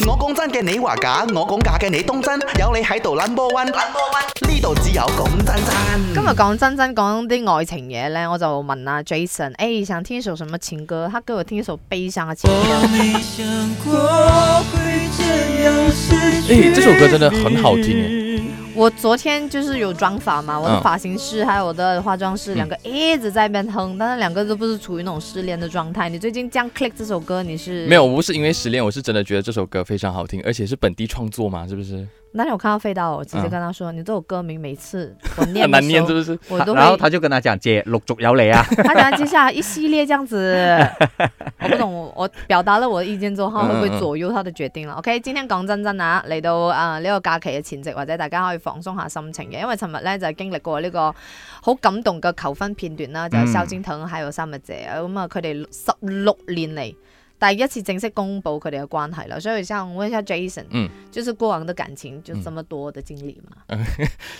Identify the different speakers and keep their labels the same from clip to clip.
Speaker 1: 我講真嘅你話假，我講假嘅你當真，有你喺度 number one，number one，呢度只有講真真。
Speaker 2: 今日講真真講啲愛情嘢咧，我就問阿 Jason，誒、想聽一首什麼情歌？他給我聽一首悲傷的情歌。
Speaker 3: 哎，这首歌真的很好听
Speaker 2: 我昨天就是有妆发嘛，我的发型师还有我的化妆师
Speaker 3: 嗯
Speaker 2: 两个一直在那边哼，但是两个都不是处于那种失恋的状态。你最近这样 click 这首歌，你是
Speaker 3: 哎，没？有，我不是因为失恋，我是真的觉得这首歌非常好听，而且是本地创作嘛，是不是？
Speaker 2: 那天我看到飞刀，我直接
Speaker 3: 嗯
Speaker 2: 跟他说，你这首歌名每次我念
Speaker 3: 很
Speaker 2: 的
Speaker 3: 难
Speaker 2: 时
Speaker 3: 念，是
Speaker 2: 候，
Speaker 3: 不是？
Speaker 2: 我都
Speaker 4: 然后
Speaker 2: 会，
Speaker 4: 他就跟他讲：“姐，陆续有你啊。
Speaker 2: 他讲接下来一系列这样 子，我不懂，我我表達咗我嘅意見之後，
Speaker 3: 嗯
Speaker 2: 會唔會
Speaker 3: 嗯嗯
Speaker 2: 左右他的決定啦？OK，今天講真真啊，嚟到啊呢、個假期嘅前夕，或者大家可以放鬆下心情嘅，因為尋日咧就係經歷過呢個好感動嘅求婚片段啦，就係、
Speaker 3: 嗯
Speaker 2: 蕭敬騰還有三日姐咁啊，佢哋十六年嚟。第一次正式公布佢哋嘅關係啦，所以想問一下 Jason，、
Speaker 3: 嗯
Speaker 2: 就是過往的感情就這麼多的經歷嘛？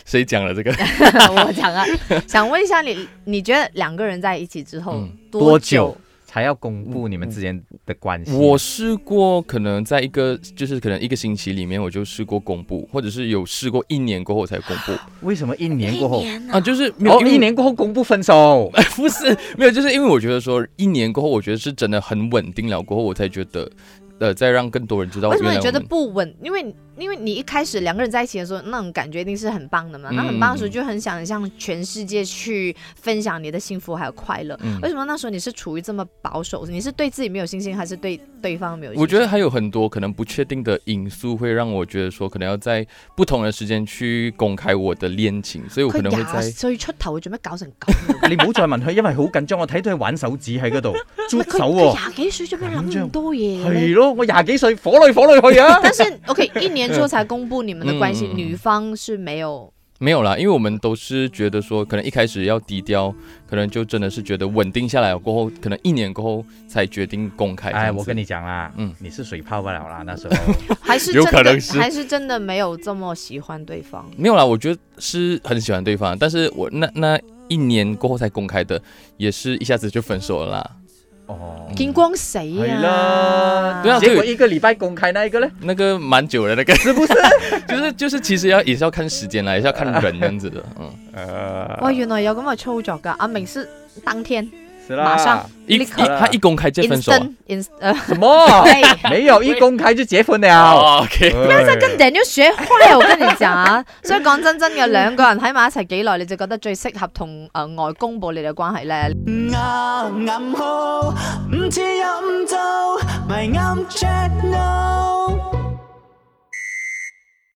Speaker 3: 谁讲了这个？
Speaker 2: 我講啊，想問一下你，你覺得兩個人在一起之後、
Speaker 3: 嗯
Speaker 4: 多
Speaker 2: 久
Speaker 4: 久？才要公布你们之间的关系。
Speaker 3: 嗯我试过，可能在一个就是可能一个星期里面，我就试过公布，或者是有试过一年过后才公布
Speaker 2: 啊
Speaker 4: 为什么一年过后？
Speaker 3: 啊，就是没有
Speaker 4: 哦，
Speaker 3: 因为
Speaker 4: 一年过后公布分手，
Speaker 3: 不是 没有，就是因为我觉得说一年过后，我觉得是真的很稳定了，过后我才觉得，呃，再让更多人知道。
Speaker 2: 为什么
Speaker 3: 原来
Speaker 2: 你
Speaker 3: 我
Speaker 2: 觉得
Speaker 3: 们
Speaker 2: 不稳？因为因为你一开始两个人在一起的时候，那种感觉一定是很棒的嘛。那很棒的时候，
Speaker 3: 嗯
Speaker 2: 就很想向全世界去分享你的幸福还有快乐。
Speaker 3: 嗯
Speaker 2: 为什么那时候你是处于这么保守？你是对自己没有信心，还是对对方没有信心？
Speaker 3: 我觉得还有很多可能不确定的因素，会让我觉得说，可能要在不同的时间去公开我的恋情，所以我可
Speaker 2: 佢
Speaker 3: 能会
Speaker 2: 廿
Speaker 3: 在
Speaker 2: 歲出頭，做咩搞成 咁？
Speaker 4: 你唔好再问佢，因为好紧张。我睇到佢玩手指喺嗰度，捉
Speaker 2: 佢
Speaker 4: 手
Speaker 2: 佢
Speaker 4: 喎、
Speaker 3: 啊
Speaker 2: 廿幾歲做咩諗
Speaker 4: 緊
Speaker 2: 咁
Speaker 4: 張
Speaker 2: 多嘢 嘅
Speaker 4: 系
Speaker 2: 咧？
Speaker 4: 咯，我廿几岁，火嚟火嚟 去啊！
Speaker 2: 但是 OK，一年之后才公布你们的关系，
Speaker 3: 嗯嗯嗯
Speaker 2: 女方是没有。
Speaker 3: 没有啦，因为我们都是觉得说，可能一开始要低调，可能就真的是觉得稳定下来过后，可能一年过后才决定公开。
Speaker 4: 哎，我跟
Speaker 3: 你，
Speaker 4: 你讲啦，
Speaker 3: 嗯
Speaker 4: 嗯，你是水泡不了啦，那时候。
Speaker 2: 还是
Speaker 3: 有
Speaker 2: 真的
Speaker 3: 可能是嗯
Speaker 2: 还是真的没有这么喜欢对方。
Speaker 3: 没有啦，我觉得是很喜欢对方，但是我那那一年过后才公开的，也是一下子就分手了 啦。
Speaker 4: 哦，
Speaker 2: 见光死啊！
Speaker 4: 啦
Speaker 3: 对啊
Speaker 4: 结果一个礼拜公开那一个呢？
Speaker 3: 那个蛮久了，那个
Speaker 4: 是不是？
Speaker 3: 就是就是，其实要也是要看时间啦，也是要看人这样子的，嗯，
Speaker 2: 哇，
Speaker 4: 呃，
Speaker 2: 原來有咁嘅操作㗎！阿明是當天
Speaker 4: 是
Speaker 2: 马上
Speaker 4: 啦，
Speaker 3: 一一
Speaker 2: 立刻
Speaker 3: 他一公开就分手啊、
Speaker 2: instant inst 呃，
Speaker 4: 什么？
Speaker 2: 对，
Speaker 4: 没有，一公开就结婚了。
Speaker 3: 哦 OK，
Speaker 4: 不要再
Speaker 2: 跟 Daniel 學開，我跟你講啊！所以講真真嘅，兩個人喺埋一齊幾耐，你就覺得最適合同诶外公佈你哋嘅關係咧？
Speaker 1: 啱啱好，唔似飲酒，咪啱 check no。